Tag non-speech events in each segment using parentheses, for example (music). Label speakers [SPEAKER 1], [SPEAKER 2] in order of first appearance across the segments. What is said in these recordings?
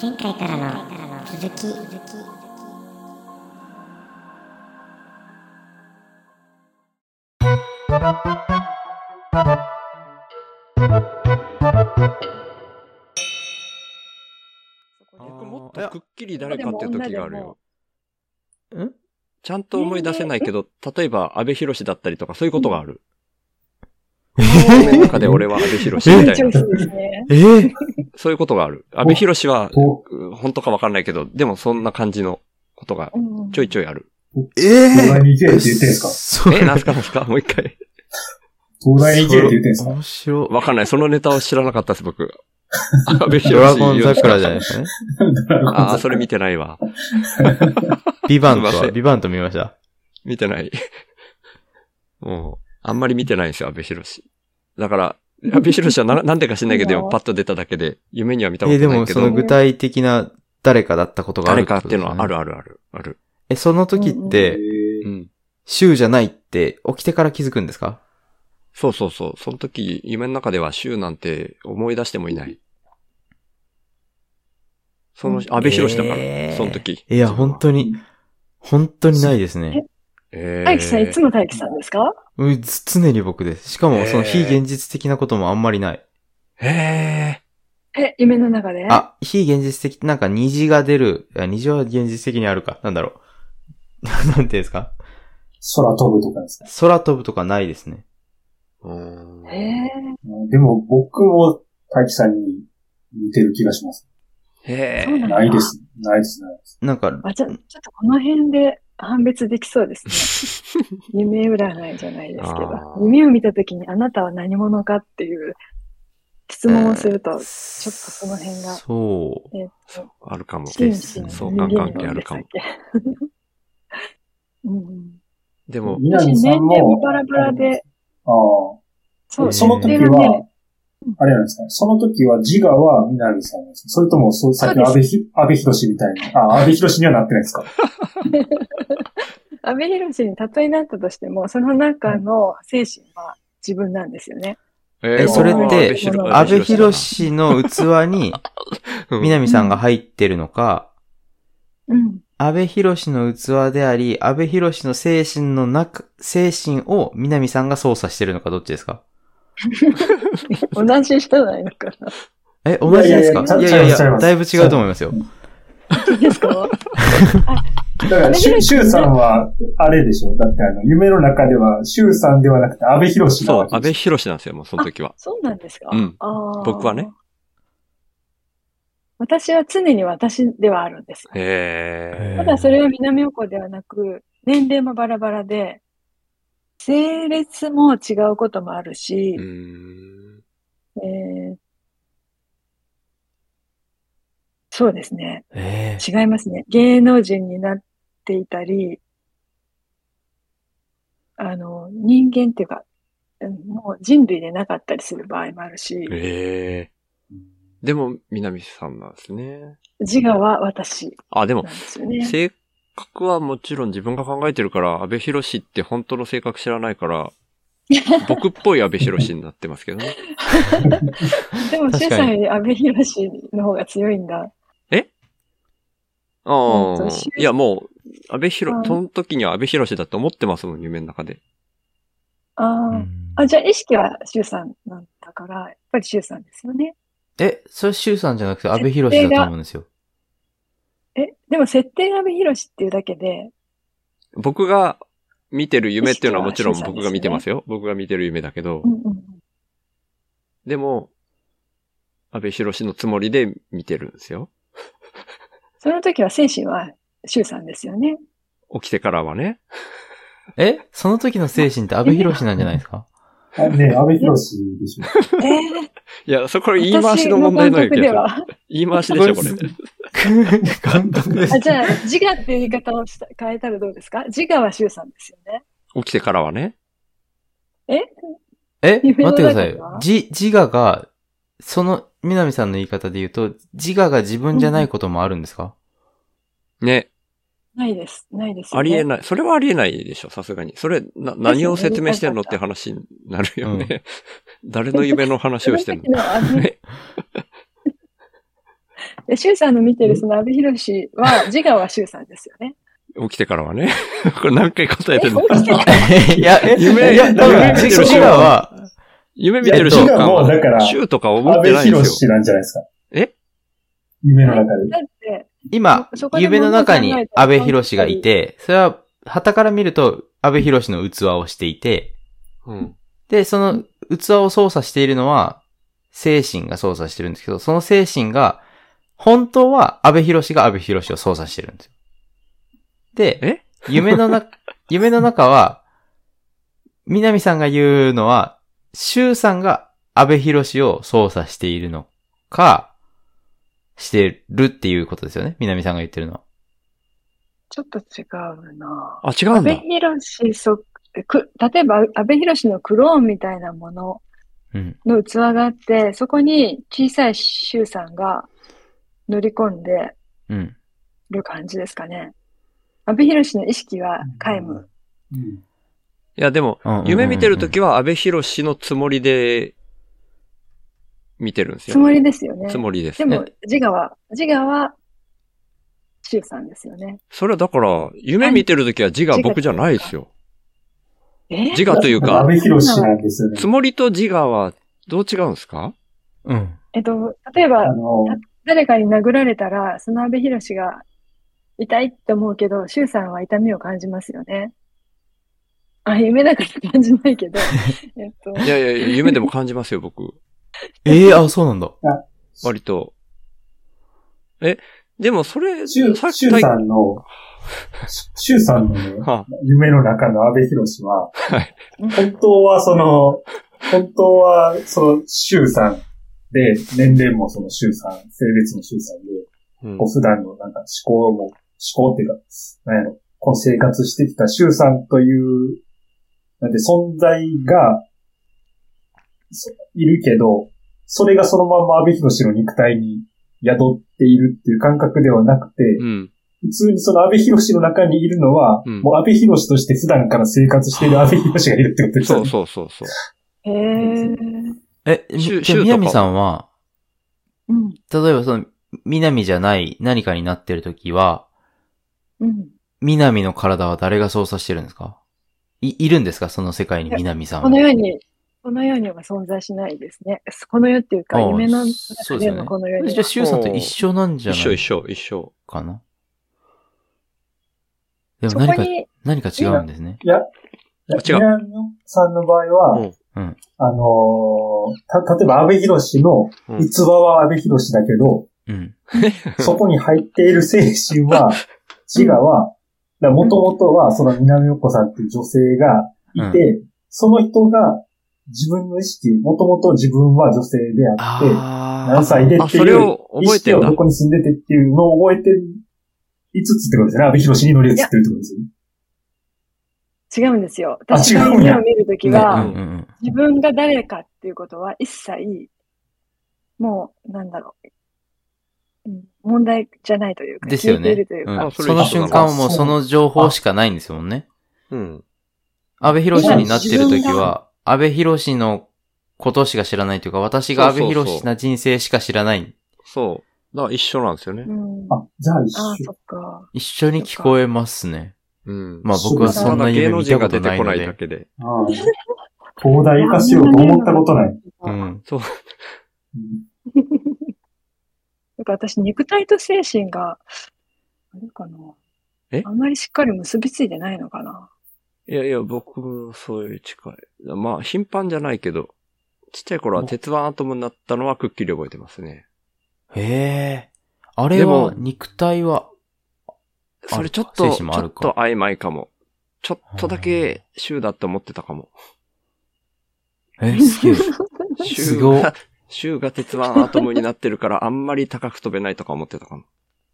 [SPEAKER 1] 前回からの続き
[SPEAKER 2] あー
[SPEAKER 3] 僕もっ
[SPEAKER 2] いや
[SPEAKER 3] とくっきり誰かって時があるよ。
[SPEAKER 2] ん
[SPEAKER 3] ちゃんと思い出せないけど、例えば安倍博士だったりとかそういうことがある。
[SPEAKER 2] え
[SPEAKER 3] の中で俺は安倍博士みたいな。
[SPEAKER 2] えー
[SPEAKER 3] そういうことがある。安倍博士は、
[SPEAKER 4] お
[SPEAKER 3] う本当かわかんないけど、でもそんな感じのことがちょいちょいあ (laughs) る。
[SPEAKER 2] え
[SPEAKER 4] 東大に行けって言ってんすか
[SPEAKER 2] そ
[SPEAKER 3] え、なんすかなんすかもう一回。
[SPEAKER 4] 東大に行けって言ってんすか
[SPEAKER 2] 面白い。
[SPEAKER 3] わかんない。そのネタを知らなかったです、 (laughs) 僕。安倍博士。
[SPEAKER 2] ドラゴン桜じゃないですかね。
[SPEAKER 3] ああ、それ見てないわ。
[SPEAKER 2] ビバント
[SPEAKER 3] すいま
[SPEAKER 2] は、
[SPEAKER 3] せん
[SPEAKER 2] ビバント見ました。
[SPEAKER 3] 見てない。 (laughs) もう、あんまり見てないんですよ、安倍博士。だから、安倍博士はななんでか知んないけど、今パッと出ただけで、夢には見たこ
[SPEAKER 2] え、で
[SPEAKER 3] とない
[SPEAKER 2] も
[SPEAKER 3] け
[SPEAKER 2] そ
[SPEAKER 3] ど、
[SPEAKER 2] の具体的な誰かだったことがある
[SPEAKER 3] 誰かっていうのはあ
[SPEAKER 2] る。
[SPEAKER 3] るあるある、ある。
[SPEAKER 2] え、その時っ
[SPEAKER 4] え
[SPEAKER 2] て、
[SPEAKER 4] ー
[SPEAKER 3] うん。
[SPEAKER 2] 週じゃないって起きてから気づくんですか
[SPEAKER 3] そうそうそう。その時、夢の中では週なんて思い出してもいない。その、安倍博士だから、
[SPEAKER 2] えー
[SPEAKER 3] その時。
[SPEAKER 2] いや、本当に、本当にないですね。
[SPEAKER 3] えー
[SPEAKER 5] 大輝さん、いつも大輝さんですか
[SPEAKER 2] うんつ常に僕です。しかも、その
[SPEAKER 3] えー
[SPEAKER 2] 非現実的なこともあんまりない。
[SPEAKER 3] へ
[SPEAKER 5] え、夢の中で
[SPEAKER 2] あ、非現実的、なんか虹が出る。いや、虹は現実的にあるか。なんだろう。なんていうんですか
[SPEAKER 4] 空飛ぶとかですか
[SPEAKER 2] 空飛ぶとかないですね。
[SPEAKER 3] ーうん
[SPEAKER 5] えー、
[SPEAKER 4] でも僕も大輝さんに似てる気がします。
[SPEAKER 3] へ
[SPEAKER 5] そうな
[SPEAKER 3] ー
[SPEAKER 5] んだ
[SPEAKER 4] ないです。ないですね。
[SPEAKER 2] なんか、
[SPEAKER 5] あじゃちょっとこの辺で判別できそ
[SPEAKER 3] (laughs)
[SPEAKER 5] うですね。夢占いじゃないですけ
[SPEAKER 3] あ
[SPEAKER 5] ど、
[SPEAKER 3] ー
[SPEAKER 5] 夢を見たときにあなたは何者かっていう質問をすると、
[SPEAKER 2] えー
[SPEAKER 5] ちょっとその辺が
[SPEAKER 2] そう。
[SPEAKER 5] えっ
[SPEAKER 3] そう
[SPEAKER 5] と、、
[SPEAKER 3] (laughs) あるかも。
[SPEAKER 5] 心身の
[SPEAKER 3] 相関関係あるかも。
[SPEAKER 5] 人間論でしたっけ (laughs) うんうん、
[SPEAKER 3] でも、
[SPEAKER 4] 南
[SPEAKER 5] 私
[SPEAKER 4] さん
[SPEAKER 5] 年齢も
[SPEAKER 4] も、
[SPEAKER 5] バラバラで、
[SPEAKER 4] ああ
[SPEAKER 5] そう、
[SPEAKER 4] その時
[SPEAKER 5] 年齢が
[SPEAKER 4] は
[SPEAKER 5] ね、
[SPEAKER 4] あれなんですかその時は自我は南さんなんですかそれとも、そうさっきの安
[SPEAKER 5] そう
[SPEAKER 4] 倍ひ、安倍博士みたいな。あ、安倍博士にはなってないですか
[SPEAKER 5] 安倍博士に例えになったとしても、その中の精神は自分なんですよね。
[SPEAKER 3] え
[SPEAKER 2] えそれって安倍
[SPEAKER 3] 博
[SPEAKER 2] 博
[SPEAKER 3] 士
[SPEAKER 2] 士の器に、
[SPEAKER 3] うん
[SPEAKER 2] 南さんが入ってるのか、
[SPEAKER 5] うん。
[SPEAKER 2] 安倍博士の器であり、安倍博士の精神の中、精神を南さんが操作してるのかどっちですか
[SPEAKER 5] 同じじゃないのかな。
[SPEAKER 2] え、同じですか
[SPEAKER 4] いや
[SPEAKER 2] い
[SPEAKER 4] いや
[SPEAKER 2] や
[SPEAKER 4] い
[SPEAKER 2] い
[SPEAKER 4] や
[SPEAKER 2] やい
[SPEAKER 4] ちゃいますちゃいま
[SPEAKER 2] や、
[SPEAKER 4] す
[SPEAKER 2] だいぶ違うと思いますよ。
[SPEAKER 5] いいですか
[SPEAKER 4] だから、シュシュウさんは、あれでしょだってあの、夢の中では、シュウさんではなくて安倍博士な
[SPEAKER 3] そう
[SPEAKER 4] わ、け
[SPEAKER 3] 安
[SPEAKER 4] で
[SPEAKER 3] 倍
[SPEAKER 4] す。
[SPEAKER 3] 博士なんですよ、もうその時は。
[SPEAKER 5] そうなんですか、
[SPEAKER 3] うん
[SPEAKER 5] あー
[SPEAKER 3] 僕はね。
[SPEAKER 5] 私は常に私ではあるんです。
[SPEAKER 3] へ
[SPEAKER 5] ただそれは南横ではなく、年齢もバラバラで、性列も違うこともあるし
[SPEAKER 3] ー。う、ーん
[SPEAKER 5] えーそうですね。
[SPEAKER 2] えー
[SPEAKER 5] 違いますね。芸能人になっていたり、あの、人間っていうか、うんもう人類でなかったりする場合もあるし、
[SPEAKER 3] へーでも、南さんなんですね。
[SPEAKER 5] 自我は私
[SPEAKER 3] あ、でも
[SPEAKER 5] なん、ですよね。
[SPEAKER 3] 性格はもちろん自分が考えてるから、安倍博士って本当の性格知らない
[SPEAKER 5] (laughs)
[SPEAKER 3] から、僕っぽい安倍博士になってますけどね。
[SPEAKER 5] でも、
[SPEAKER 2] 確
[SPEAKER 5] 主
[SPEAKER 2] かに
[SPEAKER 5] 催より安倍博士の方が強いんだ。
[SPEAKER 3] ああ
[SPEAKER 5] うんそう。
[SPEAKER 3] いや、もう、安倍博
[SPEAKER 5] うん
[SPEAKER 3] その時には安倍博士だと思ってますもん、夢の中で。
[SPEAKER 5] あー、
[SPEAKER 2] うん
[SPEAKER 5] あ、じゃあ意識は周さんなんだから、やっぱり周さんですよね。
[SPEAKER 2] え、それ周さんじゃなくて安倍博士だと思うんですよ。
[SPEAKER 5] え、でも設定が安倍博士っていうだけで、
[SPEAKER 3] 僕が見てる夢っていうのはもちろん
[SPEAKER 5] 意識は
[SPEAKER 3] 僕が見てますよ。僕が見てる夢だけど
[SPEAKER 5] う、んうん、
[SPEAKER 3] でも、安倍博士のつもりで見てるんですよ。
[SPEAKER 5] その時は精神は周さんですよね。
[SPEAKER 3] 起きてからはね。
[SPEAKER 2] え、その時の精神って安倍博士なんじゃないですか
[SPEAKER 4] あねえ安倍博士
[SPEAKER 3] (laughs)
[SPEAKER 4] でしょ。
[SPEAKER 5] えー、
[SPEAKER 3] いや、そこは言い回しの問題の
[SPEAKER 5] 私
[SPEAKER 3] よ
[SPEAKER 5] の感覚では。
[SPEAKER 3] 言い回しでしょ、これ。
[SPEAKER 2] そう監督です
[SPEAKER 5] あじ
[SPEAKER 3] (laughs)
[SPEAKER 5] ゃあ、自我っていう言い方をした変えたらどうですか自我は周さんですよね。
[SPEAKER 3] 起きてからはね。
[SPEAKER 2] え、待っ
[SPEAKER 5] 夢
[SPEAKER 2] て
[SPEAKER 5] の
[SPEAKER 2] くだ
[SPEAKER 5] 中で
[SPEAKER 2] さ
[SPEAKER 5] はい
[SPEAKER 2] よ。じ、自我が、その、南さんの言い方で言うと、自我が自分じゃないこともあるんですか、
[SPEAKER 3] ね。
[SPEAKER 5] ないです。ないです、ね。
[SPEAKER 3] ありえ
[SPEAKER 5] い。
[SPEAKER 3] ない。それはありえないでしょ、さすがに。それ、な、何を説明してんのって話になるよね。
[SPEAKER 5] (laughs)
[SPEAKER 3] 誰の夢の話をしてんの
[SPEAKER 5] の安倍
[SPEAKER 3] え
[SPEAKER 5] で、周さんの見てるその安部寛は、自我は周さんですよね。
[SPEAKER 3] 起きてからはね。 (laughs) これ何回 (laughs) 答えて
[SPEAKER 5] 起
[SPEAKER 3] るの
[SPEAKER 5] きてから
[SPEAKER 2] いや、
[SPEAKER 3] 夢
[SPEAKER 2] いや、多分、
[SPEAKER 4] 夢見
[SPEAKER 2] 自
[SPEAKER 4] てる
[SPEAKER 2] 自我は、
[SPEAKER 3] 夢見てる瞬間
[SPEAKER 4] いや違うもうだから
[SPEAKER 3] は、シューとか思
[SPEAKER 4] 安
[SPEAKER 3] って
[SPEAKER 4] 倍
[SPEAKER 3] ないん
[SPEAKER 4] 博
[SPEAKER 3] です
[SPEAKER 4] 士
[SPEAKER 3] よ。
[SPEAKER 4] なんじゃないですか。
[SPEAKER 3] え
[SPEAKER 4] 夢の中で。
[SPEAKER 5] だって、
[SPEAKER 2] 今
[SPEAKER 5] そそ、こで
[SPEAKER 2] 夢の中に安倍博士がいて、それは、旗から見ると、安倍博士の器をしていて、
[SPEAKER 3] うん。
[SPEAKER 2] で、その器を操作しているのは、精神が操作してるんですけど、その精神が、本当は安倍博士が安倍博士を操作してるんですよ。で、
[SPEAKER 3] え
[SPEAKER 2] 夢の
[SPEAKER 3] (laughs)
[SPEAKER 2] 中、夢の中は、南さんが言うのは、周さんが安倍博士を操作しているのか、してるっていうことですよね。南さんが言ってるのは。
[SPEAKER 5] ちょっと違うな
[SPEAKER 3] あ、違う
[SPEAKER 5] 安
[SPEAKER 3] ん
[SPEAKER 5] 倍
[SPEAKER 3] だ。
[SPEAKER 5] 博士そく、例えば安倍博士のクローンみたいなもの
[SPEAKER 2] うん。
[SPEAKER 5] の器があって、そこに小さい周さんが乗り込んで
[SPEAKER 2] うん。
[SPEAKER 5] る感じですかね。安倍博士の意識は皆無。
[SPEAKER 4] うん
[SPEAKER 3] いや、でも
[SPEAKER 2] うんうんうんう、ん
[SPEAKER 3] 夢見てるときは安倍博士のつもりで、見てるんですよ。
[SPEAKER 5] つもりですよね。
[SPEAKER 3] つもりです
[SPEAKER 5] でも
[SPEAKER 3] ね。、
[SPEAKER 5] 自我は、自我は、周さんですよね。
[SPEAKER 3] それはだから、夢見てるときは自我は僕じゃないですよ。
[SPEAKER 5] え
[SPEAKER 3] 自我という
[SPEAKER 4] 安
[SPEAKER 3] か、
[SPEAKER 4] 倍博士なんですよね
[SPEAKER 3] つ。もりと自我はどう違うんですか
[SPEAKER 2] うん。
[SPEAKER 5] えっと、例え
[SPEAKER 4] あ
[SPEAKER 5] ば、
[SPEAKER 4] の、
[SPEAKER 5] 誰かに殴られたら、その安部寛が痛いって思うけど、周さんは痛みを感じますよね。あ、夢だから感じないけ
[SPEAKER 3] (laughs)
[SPEAKER 5] ど、えっと、
[SPEAKER 3] いやいや、夢でも感じますよ、僕。
[SPEAKER 2] ええあ、そうなんだ。
[SPEAKER 3] 割と。え、でもそれ、
[SPEAKER 4] シュシュさんの、シュさんのね、
[SPEAKER 3] は
[SPEAKER 4] 夢の中の安倍博士は、
[SPEAKER 3] はい
[SPEAKER 4] 本当はその、本当はその、シュさんで、年齢もそのシュさん、性別もシュさんで、
[SPEAKER 3] うん
[SPEAKER 4] こう普段のなんか思考も、思考っていうか、なんやろ、こう生活してきたシュさんという、なんて存在が、そいるけど、それがそのまま安倍博士の肉体に宿っているっていう感覚ではなくて、
[SPEAKER 3] うん。
[SPEAKER 4] 普通にその安倍博士の中にいるのは、
[SPEAKER 3] うん
[SPEAKER 4] もう安倍博士として普段から生活している安倍博士がいるってことです
[SPEAKER 3] そ
[SPEAKER 4] よ
[SPEAKER 3] う
[SPEAKER 4] ね。
[SPEAKER 3] そうそうそう。
[SPEAKER 5] へー。
[SPEAKER 2] え、
[SPEAKER 3] シュ
[SPEAKER 2] じゃ
[SPEAKER 3] シ
[SPEAKER 2] あ、
[SPEAKER 3] ューとかは
[SPEAKER 2] 南さんは、
[SPEAKER 5] うん、
[SPEAKER 2] 例えばその、南じゃない何かになってるときは、
[SPEAKER 5] うん。
[SPEAKER 2] 南の体は誰が操作してるんですかい、いるんですかその世界に南さんは。
[SPEAKER 5] この世に、この世には存在しないですね。この世っていうか、
[SPEAKER 2] ああ
[SPEAKER 5] 夢の
[SPEAKER 2] そ
[SPEAKER 5] 中
[SPEAKER 2] うです
[SPEAKER 5] で
[SPEAKER 2] よね
[SPEAKER 5] のこの世に
[SPEAKER 2] じゃあ、
[SPEAKER 5] は。
[SPEAKER 2] シュウさんと一緒なんじゃ
[SPEAKER 3] 一
[SPEAKER 2] ない
[SPEAKER 3] 緒一緒、一緒。
[SPEAKER 2] かなで
[SPEAKER 5] そ
[SPEAKER 2] も
[SPEAKER 5] こ
[SPEAKER 2] 何か、
[SPEAKER 5] に、
[SPEAKER 2] 何か違うんですね。
[SPEAKER 4] いや、
[SPEAKER 3] 違う
[SPEAKER 4] 宮野さんの場合は、
[SPEAKER 3] うん
[SPEAKER 2] うん
[SPEAKER 4] あのーた、例えば安倍博士の
[SPEAKER 3] うん
[SPEAKER 4] 器は安倍博士だけど、
[SPEAKER 2] うん。 (laughs)
[SPEAKER 4] そこに入っている精神は、自我は、もともとはその南横さんっていう女性がいて、その人が自分の意識、もともと自分は女性であって、
[SPEAKER 2] あー
[SPEAKER 4] 何歳で
[SPEAKER 3] あ、
[SPEAKER 4] ってい
[SPEAKER 3] それ
[SPEAKER 4] う
[SPEAKER 3] を覚えてん
[SPEAKER 4] 意識を
[SPEAKER 3] だ
[SPEAKER 4] ど。こに住んでてっていうのを覚えていつつってことですね。安倍博士に乗り移ってるってことですよね。
[SPEAKER 5] 違うんですよ。
[SPEAKER 4] あ
[SPEAKER 5] 私
[SPEAKER 4] 違
[SPEAKER 5] が
[SPEAKER 4] うんや
[SPEAKER 5] 夢を見るとき
[SPEAKER 2] ね
[SPEAKER 5] は、
[SPEAKER 2] うんうん
[SPEAKER 5] 自分が誰かっていうことは一切、もう、なんだろう。うん問題じゃないという
[SPEAKER 2] う
[SPEAKER 5] か、
[SPEAKER 2] ん。ですよ
[SPEAKER 5] 消
[SPEAKER 2] ね
[SPEAKER 5] えているという。か、
[SPEAKER 2] うん
[SPEAKER 3] あそれ
[SPEAKER 2] その瞬間はもう
[SPEAKER 4] 一緒だ
[SPEAKER 2] その情報しかないんですもんね。
[SPEAKER 3] うん。
[SPEAKER 2] 安倍博士になってる時は、安倍博士のことしか知らないというか、私が安倍博士な人生しか知らない。
[SPEAKER 3] そう。だから一緒なんですよね。
[SPEAKER 5] うん。あ
[SPEAKER 4] あ、じゃあ一
[SPEAKER 5] あ、
[SPEAKER 4] 緒
[SPEAKER 5] そ。っか。
[SPEAKER 2] 一緒に聞こえますね。
[SPEAKER 3] うん。
[SPEAKER 2] まあ僕はそんな
[SPEAKER 3] 芸
[SPEAKER 2] 夢
[SPEAKER 3] 能
[SPEAKER 2] 見た
[SPEAKER 3] 人が
[SPEAKER 2] こ
[SPEAKER 3] 出
[SPEAKER 2] とな
[SPEAKER 3] て
[SPEAKER 2] い
[SPEAKER 3] こ
[SPEAKER 2] の
[SPEAKER 3] ないだ
[SPEAKER 2] で。
[SPEAKER 3] けで。
[SPEAKER 4] ああ東大化しようと思ったことない。
[SPEAKER 2] うん。
[SPEAKER 3] そう。
[SPEAKER 4] うん
[SPEAKER 5] だから私、肉体と精神が、あれかな。
[SPEAKER 3] え
[SPEAKER 5] あんまりしっかり結びついてないのかな。
[SPEAKER 3] いやいや、僕もそういう近い。まあ、頻繁じゃないけど、ちっちゃい頃は鉄腕アトムになったのはくっきり覚えてますね。
[SPEAKER 2] へえ。あれ
[SPEAKER 3] でも
[SPEAKER 2] は、肉体は、
[SPEAKER 3] それちょっ
[SPEAKER 2] あ
[SPEAKER 3] と、
[SPEAKER 2] 精
[SPEAKER 3] ちょ
[SPEAKER 2] 神
[SPEAKER 3] っ
[SPEAKER 2] もあるか
[SPEAKER 3] と曖昧かも。ちょっとだけ、週だって思ってたかも。
[SPEAKER 2] え、す
[SPEAKER 5] (laughs)
[SPEAKER 2] げえ。す
[SPEAKER 3] 週
[SPEAKER 2] ごっ
[SPEAKER 3] が、週が鉄腕アトムになってるから、あんまり高く飛べないとか思ってたかも。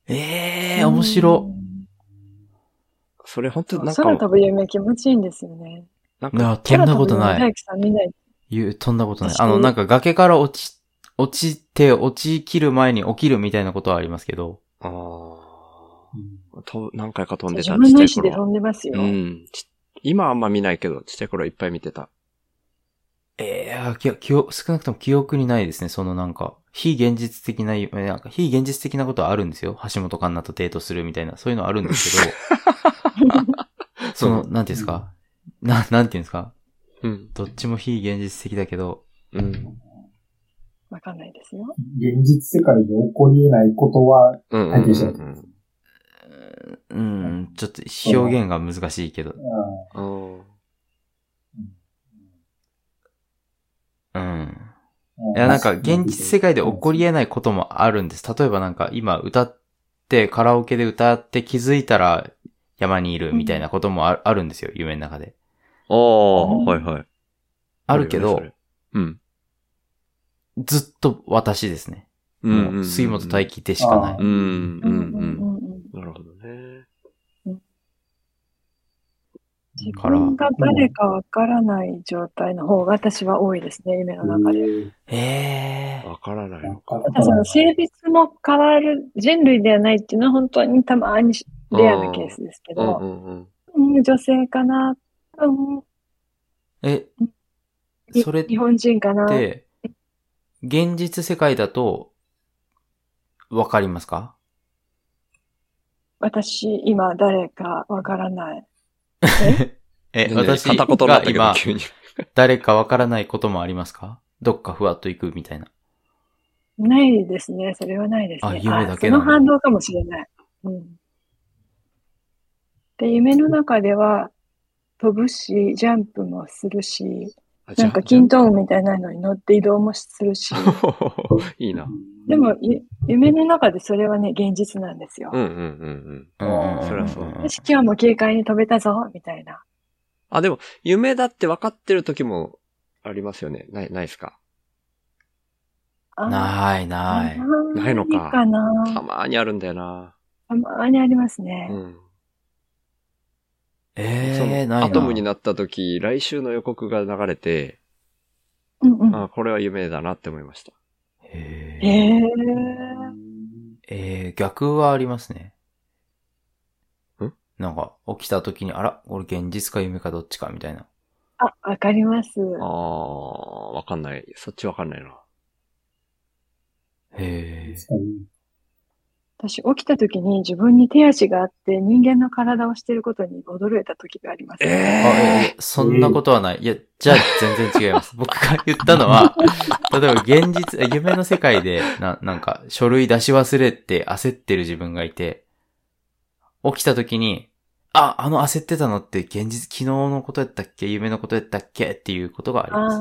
[SPEAKER 2] ええ、面白。
[SPEAKER 3] それ本当なんか、
[SPEAKER 5] 空飛ぶ夢気持ちいいんですよね。
[SPEAKER 3] なんか、
[SPEAKER 2] なあ、飛んだこと
[SPEAKER 5] 空
[SPEAKER 2] な
[SPEAKER 5] 飛ぶ夢
[SPEAKER 2] い。
[SPEAKER 5] 大樹さん見ない。
[SPEAKER 2] 言う、飛んだことない。
[SPEAKER 5] 私
[SPEAKER 2] あの、なんか崖から落ち、落ちて、落ちきる前に起きるみたいなことはありますけど。
[SPEAKER 3] ああ、と何回か飛んでた、
[SPEAKER 5] 自
[SPEAKER 3] ち
[SPEAKER 5] 分
[SPEAKER 3] っち
[SPEAKER 5] の
[SPEAKER 3] ゃ
[SPEAKER 5] 意
[SPEAKER 3] い
[SPEAKER 5] 思で
[SPEAKER 3] 頃
[SPEAKER 5] 飛んでますよ。
[SPEAKER 3] うん。ち今はあんま見ないけど、ちっちゃい頃いっぱい見てた。
[SPEAKER 2] ええー、き記憶、少なくとも記憶にないですね。そのなんか、非現実的な夢、なんか非現実的なことはあるんですよ。橋本環奈とデートするみたいな、そういうのはあるんです (laughs) けど、その、なんていうんですか、な、なんていうんですか
[SPEAKER 3] うん。
[SPEAKER 2] どっちも非現実的だけど、
[SPEAKER 3] うん。
[SPEAKER 5] わかんないですよ。
[SPEAKER 4] 現実世界で起こり得ないことは、
[SPEAKER 3] うん。
[SPEAKER 4] はいでし
[SPEAKER 3] う
[SPEAKER 4] ょ
[SPEAKER 3] ん
[SPEAKER 2] うん、ちょっと表現が難しいけど、
[SPEAKER 4] う
[SPEAKER 3] うん。
[SPEAKER 2] うん。
[SPEAKER 4] ん
[SPEAKER 2] いや、なんか、現実世界で起こり得ないこともあるんです。例えばなんか、今歌って、カラオケで歌って気づいたら山にいるみたいなこともああるんですよ、夢の中で。
[SPEAKER 3] ああ、はいはい。
[SPEAKER 2] あるけど
[SPEAKER 3] よね、それうん。
[SPEAKER 2] ずっと私ですね。
[SPEAKER 3] うんうん
[SPEAKER 2] も
[SPEAKER 3] う。
[SPEAKER 2] うん杉本大輝でしかない。
[SPEAKER 3] うんうん
[SPEAKER 5] う
[SPEAKER 3] うんん。
[SPEAKER 5] うんうん。
[SPEAKER 3] なるほどね。
[SPEAKER 5] 自
[SPEAKER 2] から
[SPEAKER 5] 分が誰かわからない状態の方が私は多いですね、夢の中で。
[SPEAKER 4] で。
[SPEAKER 2] ええ
[SPEAKER 3] わからない
[SPEAKER 4] なん
[SPEAKER 3] の。
[SPEAKER 4] か
[SPEAKER 5] ただその性別も変わる、人類ではないっていうのは本当にたまにレアなケースですけ
[SPEAKER 3] うん
[SPEAKER 5] ど、
[SPEAKER 3] うんうん。
[SPEAKER 5] うん女性かな、うん
[SPEAKER 2] え、
[SPEAKER 5] に
[SPEAKER 2] それっ
[SPEAKER 5] 日本人かな。
[SPEAKER 2] て、現実世界だと、わかりますか
[SPEAKER 5] 私、今誰かわからない。
[SPEAKER 2] え、
[SPEAKER 3] 全然
[SPEAKER 2] 私
[SPEAKER 3] 片言にな
[SPEAKER 2] が
[SPEAKER 3] ったけど
[SPEAKER 2] 今、
[SPEAKER 3] 急
[SPEAKER 5] (laughs)
[SPEAKER 3] に。
[SPEAKER 2] 誰かわからないこともありますかどっかふわっと行くみたいな。
[SPEAKER 5] ないですね、それはないですね。
[SPEAKER 2] あ夢だけなん
[SPEAKER 5] あその
[SPEAKER 2] だ
[SPEAKER 5] 反動かもしれない。うん。で、夢の中では、飛ぶし、ジャンプもするし、
[SPEAKER 3] あ
[SPEAKER 5] なんか、筋トーンみたいなのに乗って移動もす
[SPEAKER 2] (laughs)
[SPEAKER 5] るし、
[SPEAKER 3] (laughs) いいな。
[SPEAKER 5] でも、ゆ夢の中でそれはね、現実なんですよ
[SPEAKER 3] う。んうんうんうん。
[SPEAKER 2] うんんんん
[SPEAKER 3] そりゃそうだ
[SPEAKER 5] 私今日も軽快に飛べたぞ、みたいな。
[SPEAKER 3] あ、でも、夢だって分かってる時もありますよね。ない、ないですか
[SPEAKER 5] あ
[SPEAKER 2] ないない。
[SPEAKER 3] ないのか
[SPEAKER 5] か
[SPEAKER 3] た
[SPEAKER 5] な。
[SPEAKER 3] まーにあるんだよな。
[SPEAKER 5] たまにありますね
[SPEAKER 3] う。ん。その
[SPEAKER 2] ええないな。
[SPEAKER 3] アトムになった時、来週の予告が流れて、
[SPEAKER 5] うんうん。
[SPEAKER 3] あこれは夢だなって思いました。
[SPEAKER 2] へ
[SPEAKER 5] へえ
[SPEAKER 2] え。えー、逆はありますね。
[SPEAKER 3] ん
[SPEAKER 2] なんか、起きた時に、あら、俺現実か夢かどっちかみたいな。
[SPEAKER 5] あ、わかります。
[SPEAKER 3] ああ、わかんない。そっちわかんないな。
[SPEAKER 2] へえ。
[SPEAKER 5] 私、起きた時に自分に手足があって人間の体をしてることに驚いた時があります。
[SPEAKER 2] あ
[SPEAKER 3] ええ
[SPEAKER 2] えーそんなことはない。いや、じゃあ全然違い
[SPEAKER 3] (laughs)
[SPEAKER 2] ます。僕が言ったのは、例えば現実、え夢の世界で、な、なんか、書類出し忘れて焦ってる自分がいて、起きた時に、あ、あの焦ってたのって現実、昨日のことやったっけ夢のことやったっけっていうことがあり
[SPEAKER 5] あ
[SPEAKER 2] ます。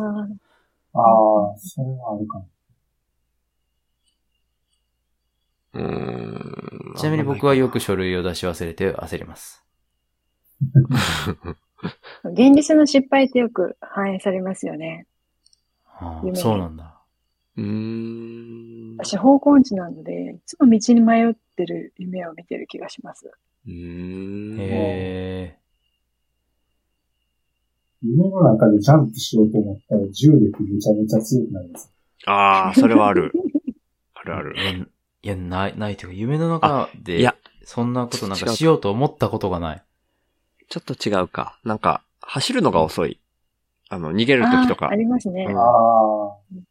[SPEAKER 5] あ、
[SPEAKER 4] ああ、それはあるかも。
[SPEAKER 3] うーん。
[SPEAKER 2] ちなみに僕はよく書類を出し忘れて焦ります。
[SPEAKER 5] 現実の失敗ってよく反映されますよね。
[SPEAKER 2] あ
[SPEAKER 5] 夢
[SPEAKER 2] あ、そうなんだ。
[SPEAKER 3] (laughs) うーん。
[SPEAKER 5] 私、方向音痴なので、いつも道に迷ってる夢を見てる気がします。
[SPEAKER 3] うーん。
[SPEAKER 2] へえ。
[SPEAKER 4] 夢の中でジャンプしようと思ったら重力めちゃめちゃ強くなるんです
[SPEAKER 3] ああ、それはある。あるある
[SPEAKER 2] い。や、いやない、ないというか、夢の中
[SPEAKER 3] い
[SPEAKER 2] で
[SPEAKER 3] や、
[SPEAKER 2] そんなことなん
[SPEAKER 3] 違
[SPEAKER 2] か
[SPEAKER 3] うか
[SPEAKER 2] しようと思ったことがない。
[SPEAKER 3] ちょっと違うか。なんか、走るのが遅い。あの、逃げる
[SPEAKER 5] あ
[SPEAKER 3] 時と
[SPEAKER 5] あ
[SPEAKER 3] か
[SPEAKER 5] あ。りますね
[SPEAKER 3] う。ん
[SPEAKER 4] よ。ああ。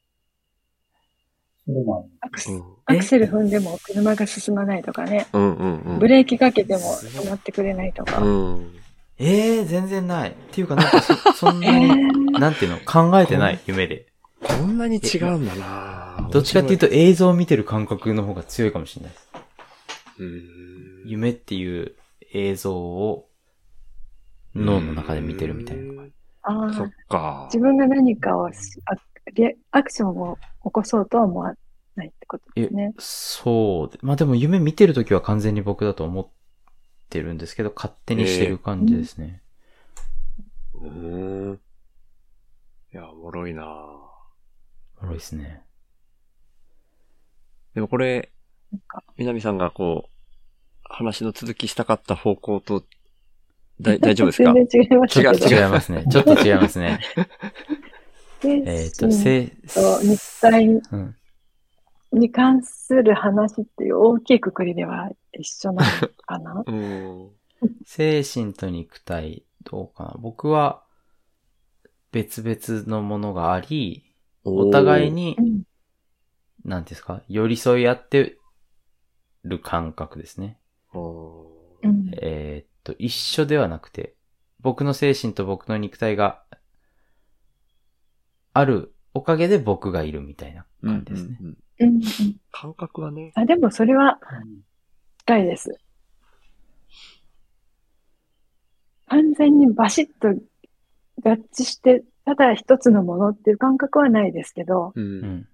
[SPEAKER 4] それもある。
[SPEAKER 5] アクス
[SPEAKER 3] うん
[SPEAKER 5] アクセル踏んでも車が進まないとかね。
[SPEAKER 3] うんうんうん。
[SPEAKER 5] ブレーキかけても止まってくれないとか。
[SPEAKER 3] うん。
[SPEAKER 2] ええ全然ない。っていうか、なんか
[SPEAKER 5] (laughs)
[SPEAKER 2] そ、そん
[SPEAKER 5] え
[SPEAKER 2] なに、
[SPEAKER 5] ー
[SPEAKER 2] なんていうの、考えてない、夢で。
[SPEAKER 3] こんなに違うんだな
[SPEAKER 2] どっちかっていう
[SPEAKER 3] と。
[SPEAKER 2] と映像を見てる感覚の方が強いかもしれないです。
[SPEAKER 3] うーん
[SPEAKER 2] 夢っていう映像を脳の中で見てるみたいな。
[SPEAKER 5] あー
[SPEAKER 3] そっか
[SPEAKER 5] 自。分が何かをしアリアクションを起こそうとは思わないってことですね。
[SPEAKER 2] そうで。まあでも夢見てるときは完全に僕だと思ってるんですけど、勝手にしてる感じですね。
[SPEAKER 3] うーん。いや、おもろいな
[SPEAKER 2] おもろいですね。
[SPEAKER 3] でもこれ、
[SPEAKER 5] なんか
[SPEAKER 3] 南さんがこう、話の続きしたかった方向と、だ大丈夫ですか
[SPEAKER 5] 全然違います
[SPEAKER 2] ち
[SPEAKER 5] け
[SPEAKER 2] ょ
[SPEAKER 5] ど。
[SPEAKER 2] っと違いますね。ちょっと違いますね。えっと、
[SPEAKER 5] 精
[SPEAKER 2] せ、
[SPEAKER 5] 神と肉体
[SPEAKER 2] うん。
[SPEAKER 5] に関する話っていう大きいくくりでは一緒なの
[SPEAKER 3] (laughs)
[SPEAKER 5] かな
[SPEAKER 3] うーん。
[SPEAKER 2] 精神と肉体、どうかな。僕は、別々のものがあり、
[SPEAKER 3] お
[SPEAKER 2] お互いに
[SPEAKER 3] に。
[SPEAKER 5] う、ん
[SPEAKER 2] なんていうんですか、寄り添い合ってる感覚ですね。
[SPEAKER 3] お
[SPEAKER 5] う
[SPEAKER 3] ー
[SPEAKER 5] ん
[SPEAKER 2] えーっと、一緒ではなくて、僕の精神と僕の肉体があるおかげで僕がいるみたいな感じですね。
[SPEAKER 3] うんうんうん
[SPEAKER 5] うんうん
[SPEAKER 3] 感覚はね。
[SPEAKER 5] あでもそれは近いです。完全にバシッと合致して、ただ一つのものっていう感覚はないですけど、
[SPEAKER 3] う。
[SPEAKER 2] うんん。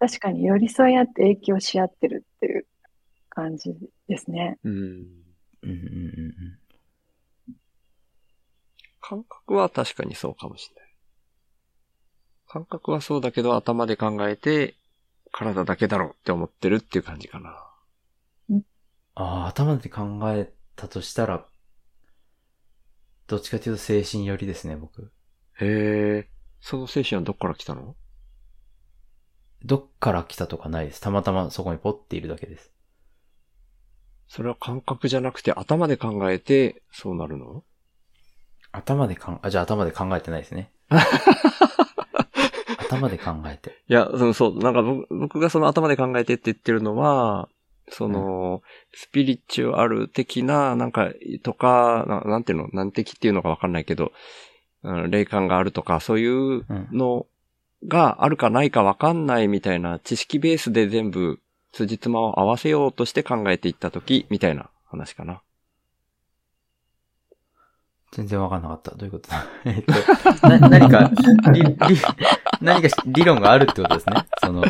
[SPEAKER 5] 確かに寄り添い合って影響し合ってるっていう感じですね。
[SPEAKER 3] うん。
[SPEAKER 2] うんうんうん
[SPEAKER 3] 感覚は確かにそうかもしれない。感覚はそうだけど、頭で考えて、体だけだろうって思ってるっていう感じかな。
[SPEAKER 2] ああ、頭で考えたとしたら、どっちかというと精神寄りですね、僕。
[SPEAKER 3] へえ。その精神はどっから来たの
[SPEAKER 2] どっから来たとかないです。たまたまそこにポッているだけです。
[SPEAKER 3] それは感覚じゃなくて頭で考えて、そうなるの
[SPEAKER 2] 頭でかん、あ、じゃあ頭で考えてないです (laughs) ね。頭で考えて。
[SPEAKER 3] いや、その、そう、なんか僕僕がその頭で考えてって言ってるのは、その、スピリチュアル的な、なんか、とか、ななんていうの、なん的っていうのかわかんないけど、うん、霊感があるとか、そういう
[SPEAKER 2] うん。
[SPEAKER 3] のがあるかないかわかんないみたいな知識ベースで全部、辻褄を合わせようとして考えていったとき、みたいな話かな。
[SPEAKER 2] 全然わかんなかった。どういうことだ (laughs) えっと、な、何か、り、り、何かし理論があるってことですね。その、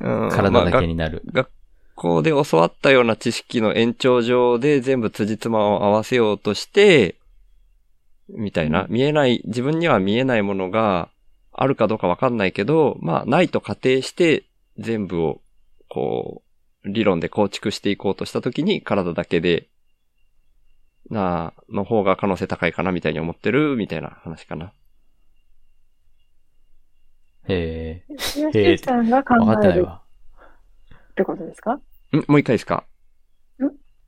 [SPEAKER 3] うん
[SPEAKER 2] 体だけ
[SPEAKER 3] まあ
[SPEAKER 2] になる。
[SPEAKER 3] 学校で教わったような知識の延長上で全部辻褄を合わせようとして、みたいな、見えない、自分には見えないものがあるかどうかわかんないけど、まあ、ないと仮定して全部を、こう、理論で構築していこうとしたときに体だけで、なあ、の方が可能性高いかなみたいに思ってる、みたいな話かな。
[SPEAKER 2] へえ。
[SPEAKER 5] それは周さんが考
[SPEAKER 2] わかって
[SPEAKER 5] え
[SPEAKER 2] ない
[SPEAKER 5] る
[SPEAKER 2] わ。
[SPEAKER 5] ってことですか
[SPEAKER 3] んもう一回ですか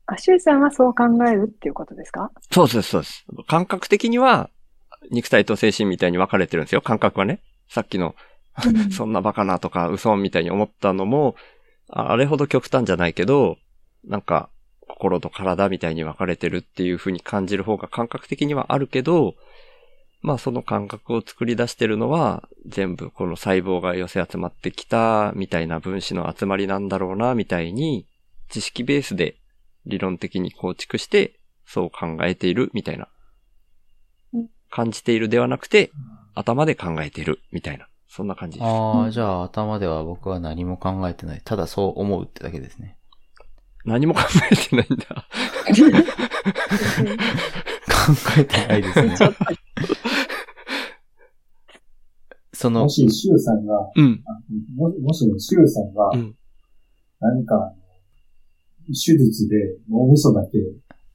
[SPEAKER 5] あ、周さんはそう考えるっていうことです
[SPEAKER 3] (laughs)
[SPEAKER 5] か
[SPEAKER 3] そうです、そうです。感覚的には、肉体と精神みたいに分かれてるんですよ、感覚はね。さっきの、 (laughs) そんなバカなとか、嘘みたいに思ったのも、ああれほど極端じゃないけど、なんか、心と体みたいに分かれてるっていう風に感じる方が感覚的にはあるけど、まあその感覚を作り出してるのは、全部この細胞が寄せ集まってきた、みたいな分子の集まりなんだろうな、みたいに、知識ベースで理論的に構築して、そう考えているみたいな
[SPEAKER 5] うん。
[SPEAKER 3] 感じているではなくて、頭で考えているみたいな。そんな感じです。
[SPEAKER 2] あ
[SPEAKER 5] う
[SPEAKER 2] あ、
[SPEAKER 5] ん
[SPEAKER 2] じゃあ頭では僕は何も考えてない。ただそう思うってだけですね。
[SPEAKER 3] 何も考えてないんだ。
[SPEAKER 2] 考えてないです (laughs) ね。その
[SPEAKER 4] も、し、シュウさんが、
[SPEAKER 3] うん。
[SPEAKER 4] ももし、シュウさんが
[SPEAKER 3] うん、
[SPEAKER 4] 何か、手術で脳みそだけ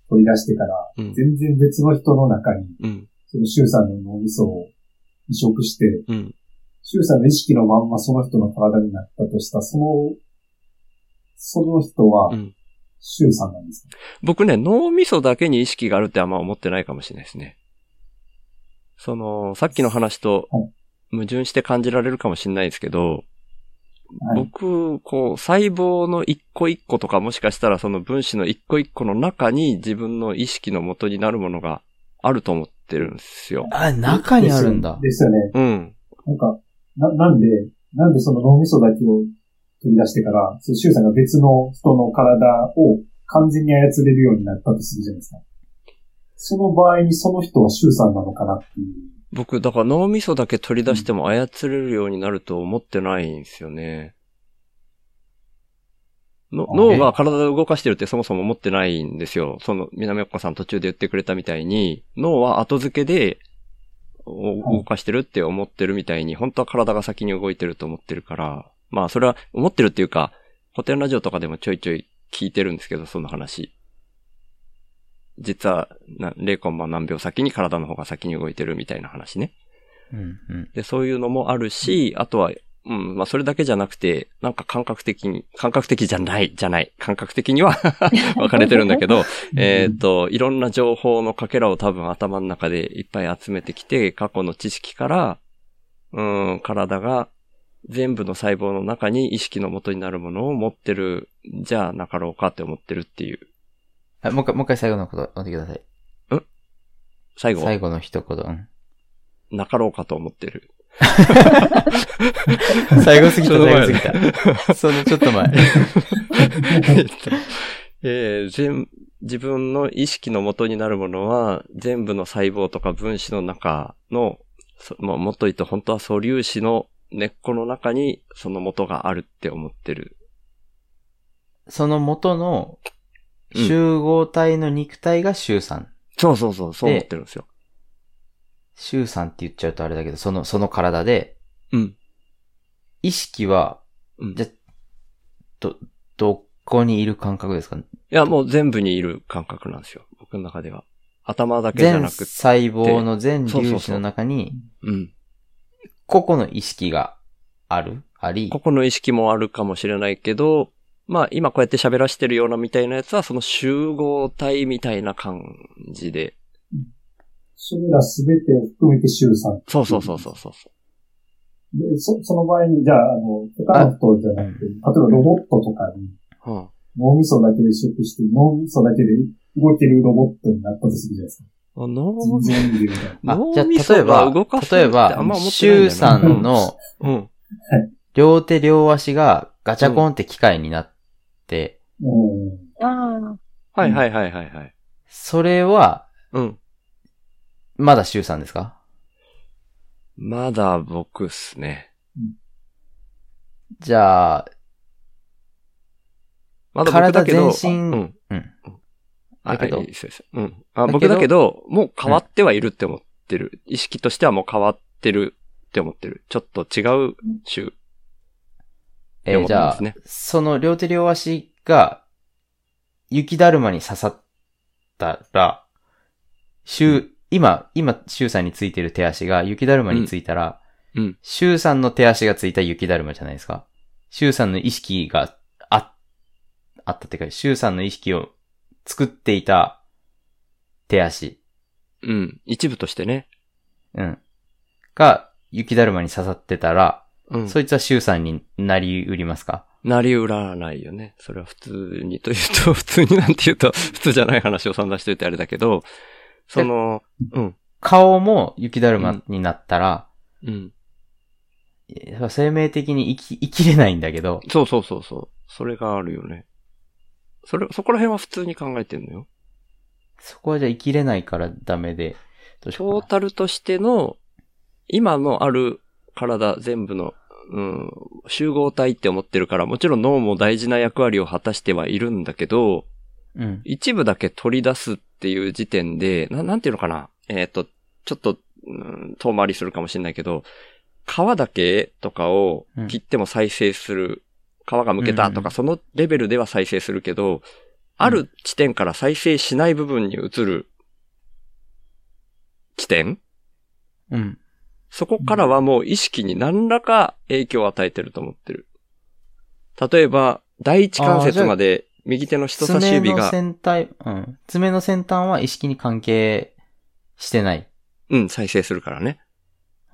[SPEAKER 4] 取り出してから、
[SPEAKER 3] うん。
[SPEAKER 4] 全然別の人の中に、
[SPEAKER 3] うん。
[SPEAKER 4] そのシュウさんの脳みそを移植して、
[SPEAKER 3] うん。
[SPEAKER 4] シュウさんの意識のまんまその人の体になったとした、その、その人は
[SPEAKER 3] う、ん。
[SPEAKER 4] シュウさんなんですか、
[SPEAKER 3] 僕ね、脳みそだけに意識があるってあんま思ってないかもしれないですね。その、さっきの話と矛盾して感じられるかもしれないですけど、
[SPEAKER 4] はい。
[SPEAKER 3] 僕、こう、細胞の一個一個とかもしかしたらその分子の一個一個の中に自分の意識の元になるものがあると思ってるんですよ。
[SPEAKER 2] あ、中にあるんだ。
[SPEAKER 4] ですよね。
[SPEAKER 3] うん。
[SPEAKER 4] なんか、な、なんで、なんでその脳みそだけを取り出してから、そのシュウさんが別の人の体を完全に操れるようになったとするじゃないですか。その場合にその人はシュウさんなのかなっていう。
[SPEAKER 3] 僕、だから脳みそだけ取り出しても操れるようになると思ってないんですよね。の
[SPEAKER 4] あ
[SPEAKER 3] 脳が体を動かしてるってそもそも思ってないんですよ。その、南岡さん途中で言ってくれたみたいに、脳は後付けでお動かしてるって思ってるみたいに、本当は体が先に動いてると思ってるから、まあそれは思ってるっていうか、古典ラジオとかでもちょいちょい聞いてるんですけど、その話。実は、な0コンマ何秒先に体の方が先に動いてるみたいな話ね。
[SPEAKER 2] うん、うん。
[SPEAKER 3] で、そういうのもあるし、あとは、うん、まあ、それだけじゃなくて、なんか感覚的に、感覚的じゃない、じゃない。感覚的には (laughs) 分かれてるんだけど、えーっと、いろんな情報のかけらを多分頭の中でいっぱい集めてきて、過去の知識から、うん、体が全部の細胞の中に意識の元になるものを持ってるんじゃなかろうかって思ってるっていう。
[SPEAKER 2] あもう一回、もう一回最後のこと、言ってください。
[SPEAKER 3] 最後、
[SPEAKER 2] 最後の一言。うん
[SPEAKER 3] なかろうかと思ってる。
[SPEAKER 2] (laughs) 最後すぎた、
[SPEAKER 3] その
[SPEAKER 2] 最後
[SPEAKER 3] 前
[SPEAKER 2] すぎ
[SPEAKER 3] (laughs)
[SPEAKER 2] た。そのちょっと前。
[SPEAKER 3] えっと (laughs) えー全、自分の意識の元になるものは、全部の細胞とか分子の中の、そまあ、もっと言うと本当は素粒子の根っこの中にその元があるって思ってる。
[SPEAKER 2] (laughs) その元の集合体の肉体が周さん。
[SPEAKER 3] そうそうそう、そう思ってるんですよ。
[SPEAKER 2] 周さんって言っちゃうとあれだけど、その、その体で、
[SPEAKER 3] うん。
[SPEAKER 2] 意識は、
[SPEAKER 3] うん
[SPEAKER 2] じゃ、ど、どこにいる感覚ですか
[SPEAKER 3] いや、もう全部にいる感覚なんですよ。僕の中では。頭だけじゃ
[SPEAKER 2] 全
[SPEAKER 3] なくて。
[SPEAKER 2] 細胞の全
[SPEAKER 3] そうそ
[SPEAKER 2] 粒
[SPEAKER 3] う
[SPEAKER 2] 子
[SPEAKER 3] そう
[SPEAKER 2] の中に、
[SPEAKER 3] うん。
[SPEAKER 2] 個々の意識があるあり
[SPEAKER 3] 個、々の意識もあるかもしれないけど、まあ今こうやって喋らしてるようなみたいなやつは、その集合体みたいな感じで。
[SPEAKER 4] それらすべてを含めて周さん。
[SPEAKER 3] そうそうそうそうそう。
[SPEAKER 4] で、そ、その場合に、じゃあ、あの、他の人じゃなくて、例えばロボットとかに
[SPEAKER 3] うん。
[SPEAKER 4] 脳みそだけで移植して、脳みそだけで動けるロボットになったとするじゃないですか。
[SPEAKER 3] あ脳
[SPEAKER 4] 人
[SPEAKER 3] み
[SPEAKER 4] 造人間みたいな。
[SPEAKER 2] あ
[SPEAKER 3] 脳、
[SPEAKER 2] じゃあ、
[SPEAKER 3] みそ
[SPEAKER 2] 例え
[SPEAKER 3] が
[SPEAKER 2] ば
[SPEAKER 3] 動か、せ
[SPEAKER 2] 例
[SPEAKER 3] る
[SPEAKER 2] え
[SPEAKER 3] ってあんま
[SPEAKER 2] ば、
[SPEAKER 3] 思ってないんだよな
[SPEAKER 2] 周さんの
[SPEAKER 3] うん。
[SPEAKER 2] 両手両足がガチャコンって機械になって、
[SPEAKER 4] うん。
[SPEAKER 5] あ
[SPEAKER 3] はいはいはいはいはい。
[SPEAKER 2] それは、
[SPEAKER 3] うん。
[SPEAKER 2] まだ周さんですか
[SPEAKER 3] まだ僕っすね。
[SPEAKER 2] じゃあ、
[SPEAKER 3] まだ僕だけど。
[SPEAKER 2] 体全身
[SPEAKER 3] うん。
[SPEAKER 2] うん。
[SPEAKER 3] あ、
[SPEAKER 2] だけど
[SPEAKER 3] いいですいいですうん。
[SPEAKER 2] だ
[SPEAKER 3] あ、
[SPEAKER 2] けど
[SPEAKER 3] 僕だけど、もう変わってはいるって思ってる。意識としてはもう変わってるって思ってる。ちょっと違う種。
[SPEAKER 2] えー
[SPEAKER 3] って思っ
[SPEAKER 2] じ
[SPEAKER 3] たん
[SPEAKER 2] ゃ
[SPEAKER 3] で
[SPEAKER 2] あ
[SPEAKER 3] すね、
[SPEAKER 2] その両手両足が、雪だるまに刺さったら、周、今、今、周さんについてる手足が雪だるまについたら、
[SPEAKER 3] うんうん
[SPEAKER 2] 周さんの手足がついた雪だるまじゃないですか。周さんの意識があ、あったっていうか、周さんの意識を作っていた手足、
[SPEAKER 3] うん。一部としてね。
[SPEAKER 2] うん、が雪だるまに刺さってたら、
[SPEAKER 3] うん。
[SPEAKER 2] そいつは周さんになりうりますか
[SPEAKER 3] なりうらないよね。それは普通にというと、 (laughs) 普通になんて言うと、普通じゃない話を散々しといてあれだけど、その、うん。
[SPEAKER 2] 顔も雪だるまになったら、
[SPEAKER 3] うん。
[SPEAKER 2] えー生命的に生き、生きれないんだけど、
[SPEAKER 3] そうそうそうそう。それがあるよね。それ、そこら辺は普通に考えてんのよ。
[SPEAKER 2] そこはじゃあ生きれないからダメで、どうし
[SPEAKER 3] ト
[SPEAKER 2] よう
[SPEAKER 3] ー
[SPEAKER 2] か
[SPEAKER 3] タルとしての、今のある体全部の、うん、集合体って思ってるから、もちろん脳も大事な役割を果たしてはいるんだけど、
[SPEAKER 2] な。うん。
[SPEAKER 3] 一部だけ取り出すっていう時点で、ななんていうのかな。えっ、と、ちょっと、うん、遠回りするかもしれないけど、皮だけとかを切っても再生する。皮がむけたと
[SPEAKER 2] うんう
[SPEAKER 3] か、
[SPEAKER 2] ん
[SPEAKER 3] そのレベルでは再生するけど、ある地点から再生しない部分に移る地点
[SPEAKER 2] うん。
[SPEAKER 3] そこからはもう意識に何らか影響を与えてると思ってる。例えば、第一関節まで右手の人差し
[SPEAKER 2] 爪
[SPEAKER 3] 指
[SPEAKER 2] の
[SPEAKER 3] が、
[SPEAKER 2] 先端、うん。爪の先端は意識に関係してない。
[SPEAKER 3] うん、再生するからね。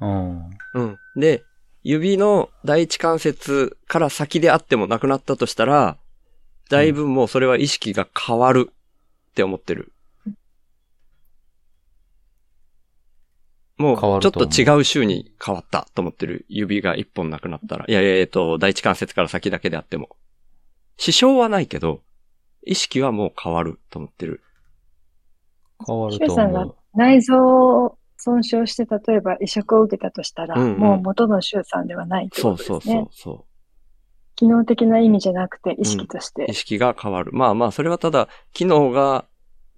[SPEAKER 2] うん。
[SPEAKER 3] うん。で、指の第一関節から先であってもなくなったとしたら、だいぶもうそれは意識が変わるって思ってる。もう、
[SPEAKER 2] 変わる
[SPEAKER 3] ち
[SPEAKER 2] と
[SPEAKER 3] ょっ
[SPEAKER 2] 思う
[SPEAKER 3] と違う週に変わったと思ってる。指が一本なくなったら。いやいや、えっと、第一関節から先だけであっても。支障はないけど、意識はもう変わると思ってる。
[SPEAKER 2] 変わる
[SPEAKER 5] る
[SPEAKER 2] と
[SPEAKER 5] と思う周さんが
[SPEAKER 2] 思
[SPEAKER 5] あ、内臓を損傷して、例えば移植を受けたとしたら、
[SPEAKER 3] うんうん
[SPEAKER 5] もう元の周さんではないって
[SPEAKER 3] そ
[SPEAKER 5] こ
[SPEAKER 3] う
[SPEAKER 5] とです
[SPEAKER 3] そ
[SPEAKER 5] ね。
[SPEAKER 3] うそうそう。
[SPEAKER 5] 機能的な意味じゃなくて、意識として。
[SPEAKER 3] 意識が変わる。まあまあ、それはただ、機能が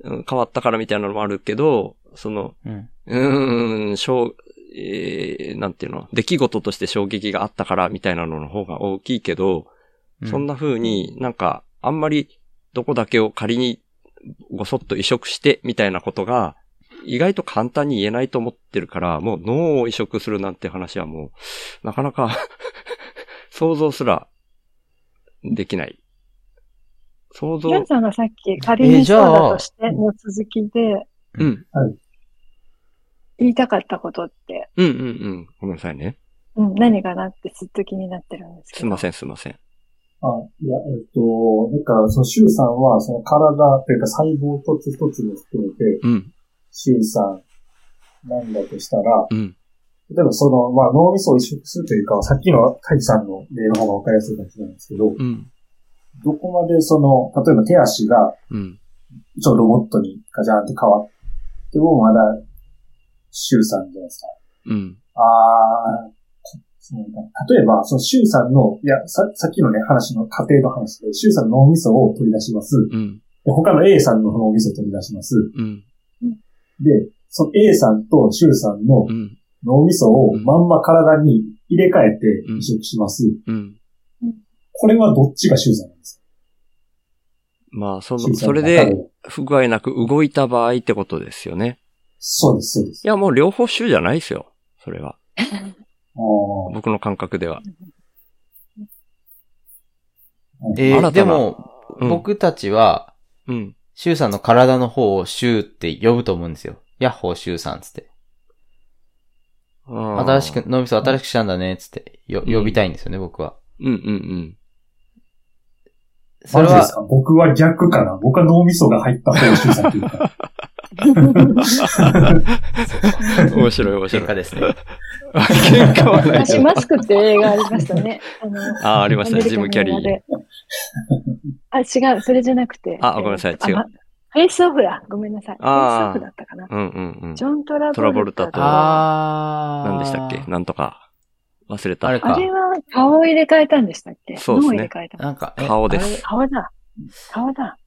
[SPEAKER 3] うん変わったからみたいなのもあるけど、その、
[SPEAKER 2] う。うん。
[SPEAKER 3] うーん、衝えー、なんていうの、出来事として衝撃があったからみたいなのの方が大きいけど、
[SPEAKER 2] うん
[SPEAKER 3] そんな風になんか、あんまりどこだけを仮にごそっと移植してみたいなことが、意外と簡単に言えないと思ってるから、もう脳を移植するなんて話はもう、なかなか (laughs) 想像すらできない。想
[SPEAKER 5] ジョ
[SPEAKER 3] 像
[SPEAKER 5] ン、さんがさっき仮
[SPEAKER 2] え
[SPEAKER 5] に
[SPEAKER 2] じ
[SPEAKER 5] そう
[SPEAKER 2] ゃあ
[SPEAKER 5] だとしての続きで
[SPEAKER 3] うん、
[SPEAKER 5] 言いたかったことって、
[SPEAKER 3] うんうんうん。ごめんなさいね。
[SPEAKER 5] うん、何かなってずっと気になってるんですけど。
[SPEAKER 3] すいま
[SPEAKER 5] ん。
[SPEAKER 3] せん、すいません。
[SPEAKER 4] あ、いや、えっと、だから、その、シュウさんは、その体というか細胞一つ一つも含めて、
[SPEAKER 3] うん、
[SPEAKER 4] シュウさんなんだとしたら、
[SPEAKER 3] うん、
[SPEAKER 4] 例えばその、まあ、脳みそを移植するというか、さっきのタイさんの例の方がわかりやすいかもしれないんですけど、
[SPEAKER 3] うん、
[SPEAKER 4] どこまでその、例えば手足が、
[SPEAKER 3] うん、
[SPEAKER 4] ちょ、ロボットにガチャンって変わっても、まだ、シュウさんじゃないですか。
[SPEAKER 3] うん、
[SPEAKER 4] あー、こそうだ例えば、その、シュウさんの、いや、さ、さっきのね、話の過程の話で、シュウさんの脳みそを取り出します。
[SPEAKER 3] うん、
[SPEAKER 4] で他の A さんの脳みそを取り出します。
[SPEAKER 3] うん、
[SPEAKER 4] で、その A さんとシュウさんの
[SPEAKER 3] うん、
[SPEAKER 4] 脳みそをまんま体に入れ替え
[SPEAKER 3] う
[SPEAKER 4] て
[SPEAKER 3] ん
[SPEAKER 4] 移植します。
[SPEAKER 3] うん。
[SPEAKER 4] これはどっちがシュウさんなんです
[SPEAKER 3] まあ、そ
[SPEAKER 4] か
[SPEAKER 3] の、それ、
[SPEAKER 4] シュウさん
[SPEAKER 3] で
[SPEAKER 4] の中で
[SPEAKER 3] 不具合なく動いた場合ってことですよね。
[SPEAKER 4] そうです、そうです。
[SPEAKER 3] いや、もう両方種じゃないですよ。それは。
[SPEAKER 4] あー
[SPEAKER 3] 僕の感覚では。
[SPEAKER 2] え
[SPEAKER 3] 新たな
[SPEAKER 2] ー、でも、
[SPEAKER 3] うん
[SPEAKER 2] 僕たちは、
[SPEAKER 3] うん。
[SPEAKER 2] シュウさんの体の方をシュウって呼ぶと思うんですよ。ヤッホーシュウさんつって。
[SPEAKER 3] 新
[SPEAKER 2] 新しく、。脳みそ新しくしたんだね、つって、よ、
[SPEAKER 3] うん
[SPEAKER 2] 呼びたいんですよね、僕は。
[SPEAKER 3] うんうん
[SPEAKER 2] それ
[SPEAKER 4] マジです
[SPEAKER 2] は、
[SPEAKER 4] か僕は逆かな。僕は脳みそが入った方がシュウさんっていうか。
[SPEAKER 3] うん。面白い面白
[SPEAKER 2] 結。
[SPEAKER 3] い
[SPEAKER 2] 果です
[SPEAKER 3] (laughs)
[SPEAKER 2] ね。
[SPEAKER 3] 喧嘩はない。
[SPEAKER 5] 私、マスクって映画ありましたね。あの、
[SPEAKER 3] (laughs) あー、ありましたね。ジム・キャリ
[SPEAKER 5] アメ
[SPEAKER 3] ー。
[SPEAKER 5] リカの映画で。あ、違う、それじゃなくて。
[SPEAKER 3] あごめんなさい
[SPEAKER 5] えーと
[SPEAKER 3] 違う
[SPEAKER 5] あまフェイスオフだ。ごめんなさい。フェイ
[SPEAKER 3] あー
[SPEAKER 5] スオフだったかな。
[SPEAKER 3] うんうんうん
[SPEAKER 5] ジ。ョン・トラボルタと。
[SPEAKER 3] トラボルタと
[SPEAKER 2] あー。
[SPEAKER 3] 何でしたっけなんとか。忘れ
[SPEAKER 2] あれ
[SPEAKER 3] た。
[SPEAKER 5] あ
[SPEAKER 2] か
[SPEAKER 5] れ。は顔を入れ替えたんでしたっけ
[SPEAKER 3] そうですね
[SPEAKER 5] 脳を入れ替えたの。
[SPEAKER 2] なんか、え
[SPEAKER 3] 顔で
[SPEAKER 2] あれ
[SPEAKER 3] す。
[SPEAKER 5] 顔だ。顔だ。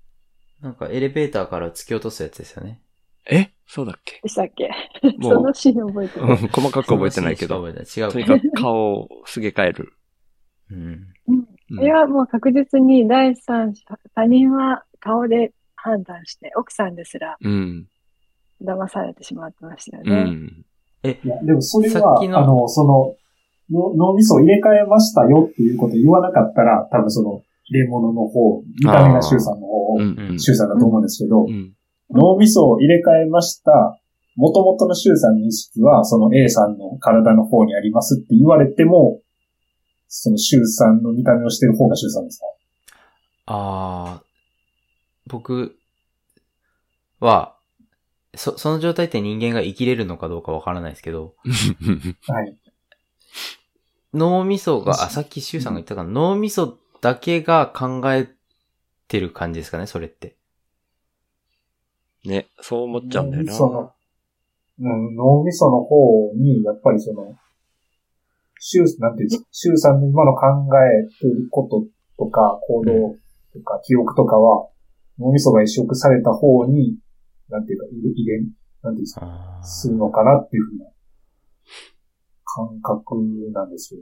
[SPEAKER 2] なんかエレベーターから突き落とすやつですよね。
[SPEAKER 3] えそうだっけ
[SPEAKER 5] でしたっけ
[SPEAKER 3] もう
[SPEAKER 5] そのシーン覚えて
[SPEAKER 3] うん
[SPEAKER 5] る。
[SPEAKER 3] 細かく覚えてないけど。
[SPEAKER 2] そのシーンしか
[SPEAKER 3] と
[SPEAKER 2] 覚え
[SPEAKER 3] に
[SPEAKER 2] てない違うか。
[SPEAKER 3] かく顔をすげ替える。
[SPEAKER 2] うん。
[SPEAKER 3] うん
[SPEAKER 5] それはもう確実に第三者、他人は顔で判断して、奥さんですら
[SPEAKER 3] うん。
[SPEAKER 5] 騙されてしまってましたよ
[SPEAKER 3] う
[SPEAKER 5] ね。
[SPEAKER 3] ん。
[SPEAKER 4] いや、でもそれ
[SPEAKER 2] さっ
[SPEAKER 4] は、
[SPEAKER 2] きの
[SPEAKER 4] あの、その、の脳みそを入れ替えましたよっていうことを言わなかったら、多分その、入れ物の方、見た目がシュウさんの方を
[SPEAKER 3] う、ん。
[SPEAKER 4] シュウさんだと思うんですけど
[SPEAKER 3] う、ん。
[SPEAKER 4] 脳みそを入れ替えました、元々のシュウさんの意識は、その A さんの体の方にありますって言われても、そのシュウさんの見た目をしてる方がシュウさんですか
[SPEAKER 2] あー。僕は、そ、その状態って人間が生きれるのかどうかわからないですけど、
[SPEAKER 4] はい。
[SPEAKER 2] 脳みそが、
[SPEAKER 4] そう
[SPEAKER 2] あ、さっきシュウさんが言ったかな、脳みそだけが考えてる感じですかね、それって。
[SPEAKER 3] ね、そう思っちゃうんだよ
[SPEAKER 4] 脳みそ
[SPEAKER 3] な。
[SPEAKER 4] の、うん、脳みその方に、やっぱりその、シュウ、なんていうんですか、シュウさんの今の考えてることとか、行動とか、記憶とかは、脳みそが移植された方に、なんていうか、入れ、入れなんていうんですか、
[SPEAKER 2] あー
[SPEAKER 4] するのかなっていうふうな感覚なんですよ。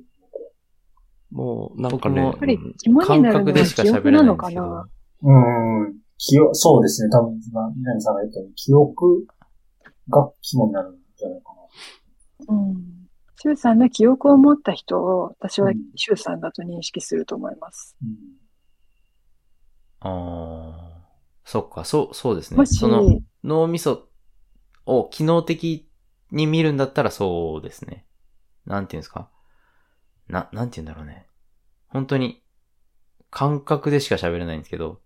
[SPEAKER 3] もう、なんかね。
[SPEAKER 2] 僕も
[SPEAKER 5] やっぱり肝に
[SPEAKER 2] 感
[SPEAKER 5] なる
[SPEAKER 2] 覚
[SPEAKER 5] の
[SPEAKER 2] で
[SPEAKER 5] は
[SPEAKER 2] しか喋
[SPEAKER 5] 記
[SPEAKER 2] ら
[SPEAKER 5] 憶
[SPEAKER 2] な
[SPEAKER 5] ない
[SPEAKER 2] ん
[SPEAKER 5] の
[SPEAKER 2] です
[SPEAKER 5] か
[SPEAKER 2] けど。
[SPEAKER 5] な
[SPEAKER 4] うん。記憶、そうですね。多分、今、南さんが言ったように、記憶が肝になるんじゃないかな。
[SPEAKER 5] うん。シュウさんの記憶を持った人を私は
[SPEAKER 4] うん
[SPEAKER 5] シュウさんだと認識すると思います。
[SPEAKER 4] うん
[SPEAKER 2] ああ。そっか、そう、そうです
[SPEAKER 5] も
[SPEAKER 2] ね。
[SPEAKER 5] し、
[SPEAKER 2] その脳みそを機能的に見るんだったらそうですね。なんていうんですか。な、なんて言うんだろうね。本当に、感覚でしか喋れないんですけど、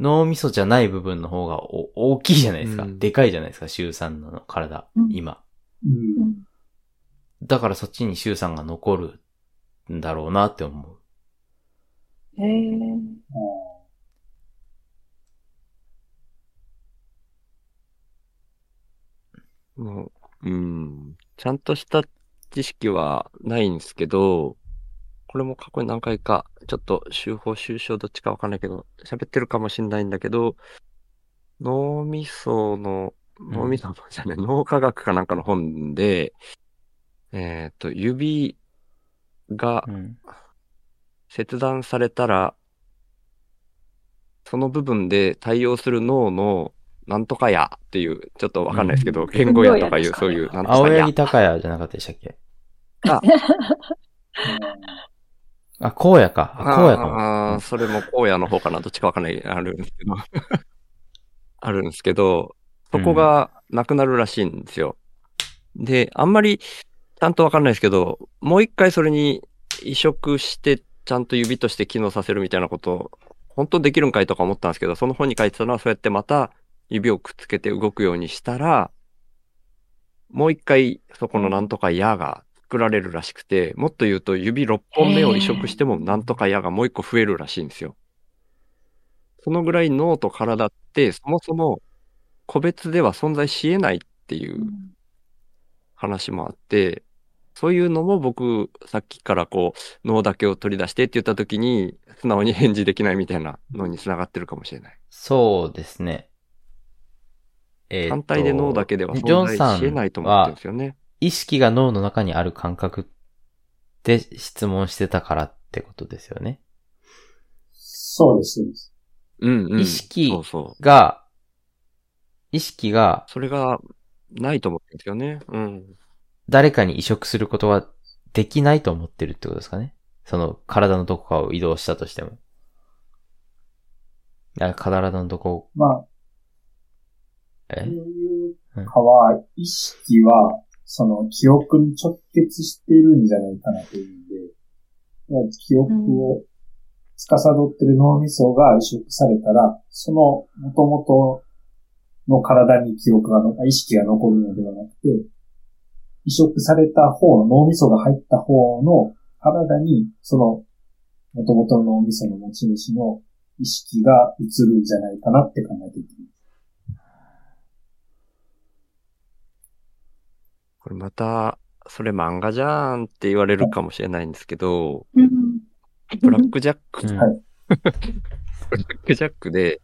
[SPEAKER 2] 脳みそじゃない部分の方がお大きいじゃないですか。
[SPEAKER 3] うん
[SPEAKER 2] でかいじゃないですか、シュウさんの体、
[SPEAKER 5] うん
[SPEAKER 2] 今。
[SPEAKER 4] うん
[SPEAKER 5] うん
[SPEAKER 2] だからそっちにシュウさんが残るんだろうなって思う。
[SPEAKER 5] へえ。
[SPEAKER 3] もう、うん。ちゃんとした知識はないんですけど、これも過去に何回か、ちょっと、修法、修正どっちかわかんないけど、喋ってるかもしれないんだけど、脳みその、
[SPEAKER 2] ん
[SPEAKER 3] 脳みそのじゃない、脳科学かなんかの本で、えっと、指が
[SPEAKER 2] ん。
[SPEAKER 3] 切断されたら、その部分で対応する脳の、なんとかやっていう、ちょっとわかんないですけど、言語やとかいう、
[SPEAKER 5] 分
[SPEAKER 3] そ
[SPEAKER 5] 量
[SPEAKER 3] う
[SPEAKER 5] や
[SPEAKER 3] いう、なんと
[SPEAKER 2] 青
[SPEAKER 3] かや
[SPEAKER 2] 柳。高也じゃなかったでしたっけ
[SPEAKER 4] う
[SPEAKER 2] あ、荒野か。あ、荒野かも。
[SPEAKER 3] ああー、それも荒野の方かな、どっちかわかんない、あるんですけど。 (laughs) あるんですけど、そこがなくなるらしいんですよ。で、あんまりちちゃんとわかんないですけど、もう一回それに移植して、ちゃんと指として機能させるみたいなこと、本当できるんかいとか思ったんですけど、その本に書いてたのは、そうやってまた指をくっつけて動くようにしたら、もう一回そこのなんとか矢が作られるらしくて、もっと言うと指6本目を移植してもなんとか矢がもう一個増えるらしいんですよ。そのぐらい脳と体って、そもそも個別では存在し得ないっていう話もあって、そういうのも僕、さっきからこう、脳だけを取り出してって言った時に、素直に返事できないみたいなのに繋がってるかもしれない。
[SPEAKER 2] そうですね。えーと
[SPEAKER 3] 単体で脳だけでは
[SPEAKER 2] ジョ
[SPEAKER 3] 存
[SPEAKER 2] ンさ
[SPEAKER 3] 在し得
[SPEAKER 2] ん
[SPEAKER 3] ないと思ってるん
[SPEAKER 2] は
[SPEAKER 3] ですよね。
[SPEAKER 2] 意識が脳の中にある感覚で質問してたからってことですよね。
[SPEAKER 4] そうです。そうです
[SPEAKER 3] うんうん。
[SPEAKER 2] 意識
[SPEAKER 3] そうそう。
[SPEAKER 2] が、意識が
[SPEAKER 3] それがないと思ってるんですよね。うん。
[SPEAKER 2] 誰かに移植することはできないと思ってるってことですかね。その体のどこかを移動したとしても。あ体のどこ、
[SPEAKER 4] まあ、
[SPEAKER 2] え
[SPEAKER 4] というかは、意識は、その、記憶に直結してるんじゃないかなというんで、だから記憶を司ってる脳みそが移植されたら、その元々の体に記憶がの、意識が残るのではなくて、移植された方の脳みそが入った方の体に、その元々の脳みその持ち主の意識が移るんじゃないかなって考えていて。
[SPEAKER 3] これまた、それ漫画じゃんって言われるかもしれないんですけど、
[SPEAKER 5] うん。
[SPEAKER 3] ブラックジャック
[SPEAKER 2] うん
[SPEAKER 4] はい
[SPEAKER 3] ブラックジャックで、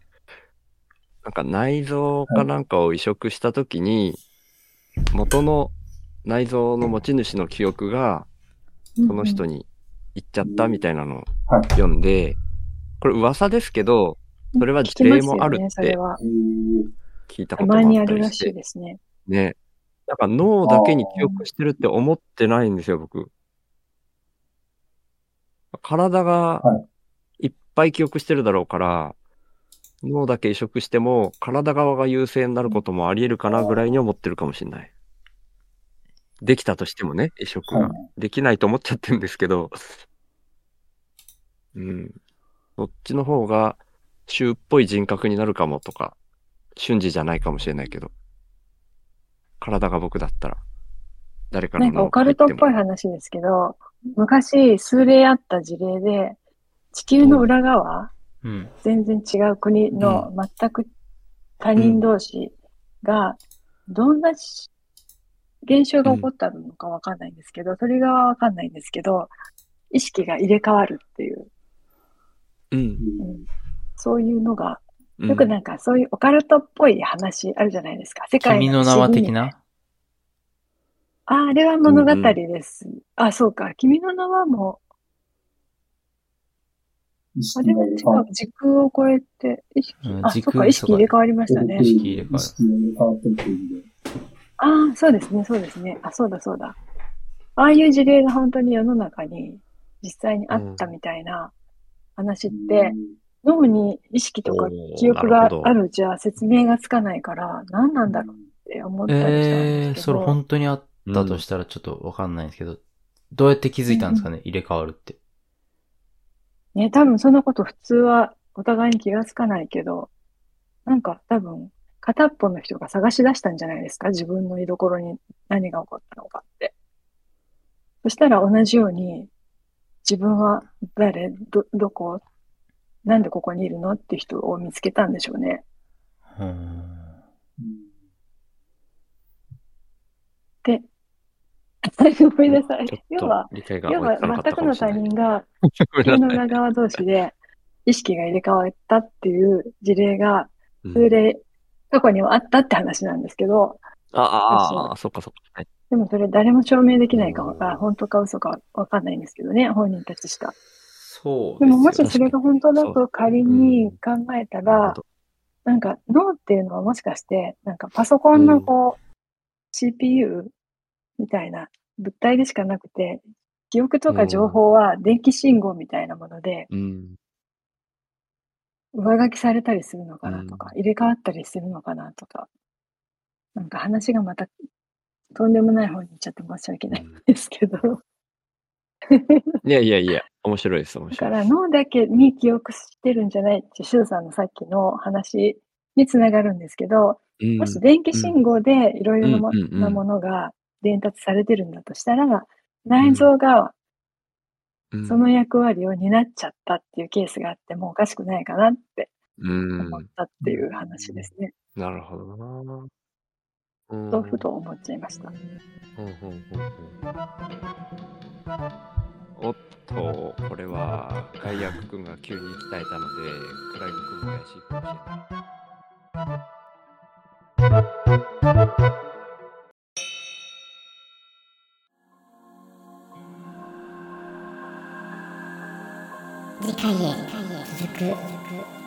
[SPEAKER 3] なんか内臓かなんかを移植したときに、元の内臓の持ち主の記憶がその人に行っちゃったみたいなのを
[SPEAKER 4] はい
[SPEAKER 3] 読んで、これ噂ですけど、それは事例もあるって
[SPEAKER 5] 聞きますよねそれは
[SPEAKER 4] えー
[SPEAKER 3] 聞いたこと
[SPEAKER 5] た
[SPEAKER 3] もあ
[SPEAKER 5] まにあ
[SPEAKER 3] った
[SPEAKER 5] る
[SPEAKER 3] り
[SPEAKER 5] ら
[SPEAKER 3] し
[SPEAKER 5] しい
[SPEAKER 3] て、
[SPEAKER 5] ですね。
[SPEAKER 3] ね。なんか脳だけに記憶してるって思ってないんですよ、僕。体が
[SPEAKER 4] はい
[SPEAKER 3] っぱい記憶してるだろうから、脳だけ移植しても、体側が優勢になることもあり得るかなぐらいに思ってるかもしれない。できたとしてもね、移植が
[SPEAKER 4] はい。。
[SPEAKER 3] できないと思っちゃってるんですけど、うん。そっちの方が、衆っぽい人格になるかもとか、瞬時じゃないかもしれないけど、体が僕だったら、誰かの
[SPEAKER 5] なんか
[SPEAKER 3] 脳
[SPEAKER 5] オカルトっぽい
[SPEAKER 3] が
[SPEAKER 5] 話ですけど、昔数例あった事例で、地球の裏側、
[SPEAKER 2] うん。
[SPEAKER 5] 全然違う国の全く他人同士が、どんなし現象が起こったのかわかんないんですけど、それがわかんないんですけど、意識が入れ替わるっていう、
[SPEAKER 3] 入っても
[SPEAKER 5] そういうのが、
[SPEAKER 3] うん。
[SPEAKER 5] よくなんかそういうオカルトっぽい話あるじゃないですか。世界
[SPEAKER 2] 君の
[SPEAKER 5] 不
[SPEAKER 2] 名
[SPEAKER 5] 思
[SPEAKER 2] は
[SPEAKER 5] 議
[SPEAKER 2] 的な
[SPEAKER 5] あ、あれは物語です。あ、そうか。君の名はもう、
[SPEAKER 4] 意
[SPEAKER 5] あ
[SPEAKER 4] 識
[SPEAKER 5] れ
[SPEAKER 4] が
[SPEAKER 5] は
[SPEAKER 4] 入
[SPEAKER 5] 違
[SPEAKER 4] れ替わ
[SPEAKER 5] う。時空を超えて、意識、
[SPEAKER 2] うん
[SPEAKER 5] あ、
[SPEAKER 2] 時
[SPEAKER 5] そ
[SPEAKER 2] 空
[SPEAKER 5] っか、意識入れ替わりましたね
[SPEAKER 4] 意。
[SPEAKER 2] 識入れ替わる
[SPEAKER 4] 意識が入れ替わってるという意味で。
[SPEAKER 5] ああ、そうですね、そうですね。あ、そうだ、そうだ。ああいう事例が本当に世の中に実際にあったみたいな話って、脳に意識とか記憶があるじゃ説明がつかないから、何なんだろうって思ったりした
[SPEAKER 2] え
[SPEAKER 5] んで
[SPEAKER 2] ー、
[SPEAKER 5] すけ
[SPEAKER 2] それ
[SPEAKER 5] ど、
[SPEAKER 2] 本当にあったとしたらちょっとわかんないんですけど、どうやって気づいたんですかね入れ替わるって。
[SPEAKER 5] ね、多分そんなこと普通はお互いに気がつかないけど、なんか多分片っぽの人が探し出したんじゃないですか自分の居所に何が起こったのかって。そしたら同じように、自分は誰、ど、どこ、なんでここにいるのって人を見つけたんでしょうね。 (laughs)
[SPEAKER 2] うん。
[SPEAKER 5] で、ごめんなさい
[SPEAKER 3] ちょっ。
[SPEAKER 5] 要
[SPEAKER 3] と
[SPEAKER 5] は、
[SPEAKER 3] 理解が追
[SPEAKER 5] 要
[SPEAKER 3] い
[SPEAKER 5] は
[SPEAKER 3] つかなかった
[SPEAKER 5] 全
[SPEAKER 3] か
[SPEAKER 5] く
[SPEAKER 3] も
[SPEAKER 5] の
[SPEAKER 3] しれ
[SPEAKER 5] 他
[SPEAKER 3] ない。
[SPEAKER 5] 人が
[SPEAKER 3] ごめ
[SPEAKER 5] 家
[SPEAKER 3] ん
[SPEAKER 5] の
[SPEAKER 3] なさい
[SPEAKER 5] 裏側同士で意識が入れ替わったっていう事例が
[SPEAKER 3] うん
[SPEAKER 5] 通例、過去にはあったって話なんですけど、
[SPEAKER 3] あああ、そっかそっか。はい
[SPEAKER 5] でもそれ誰も証明できないか
[SPEAKER 3] うん
[SPEAKER 5] が、本当か嘘かわかんないんですけどね、本人たちしか。
[SPEAKER 2] そう
[SPEAKER 5] で
[SPEAKER 2] ですよ
[SPEAKER 5] ももしそれが本当だ
[SPEAKER 3] そ
[SPEAKER 5] と仮に考えた
[SPEAKER 3] なる
[SPEAKER 5] ら
[SPEAKER 3] ほ、ど
[SPEAKER 5] なんか脳っていうのはもしかして、なんかパソコンのこう、CPU みたいな物体でしかなくて、記憶とか情報は電気信号みたいなもので
[SPEAKER 3] うん。
[SPEAKER 5] 上書きされたりするのかなとか、入れ替わったりするのかなとか、なんか話がまたとんでもない方に行っちゃって申し訳ないんですけど。
[SPEAKER 3] いやいやいや、面白いです、面
[SPEAKER 5] だか
[SPEAKER 3] 白い
[SPEAKER 5] ら脳だけに記憶してるんじゃないって、シュウさんのさっきの話につながるんですけど、
[SPEAKER 3] で
[SPEAKER 5] も
[SPEAKER 3] す。
[SPEAKER 5] し電気信号でいろいろなも
[SPEAKER 3] うんうんうん
[SPEAKER 5] なものが伝達されてるんだとしたら、内臓が
[SPEAKER 3] うん、
[SPEAKER 5] その役割を担っちゃったっていうケースがあってもおかしくないかなって
[SPEAKER 3] うん
[SPEAKER 5] 思ったっていう話ですね。
[SPEAKER 3] なるほどな。うん
[SPEAKER 5] とふと思っちゃいました。
[SPEAKER 3] うんうんうんうんおっと、これは、ガイアク君が急に鍛えたので、クライブ君も怪しいかもしれない。
[SPEAKER 1] 次回へ続く。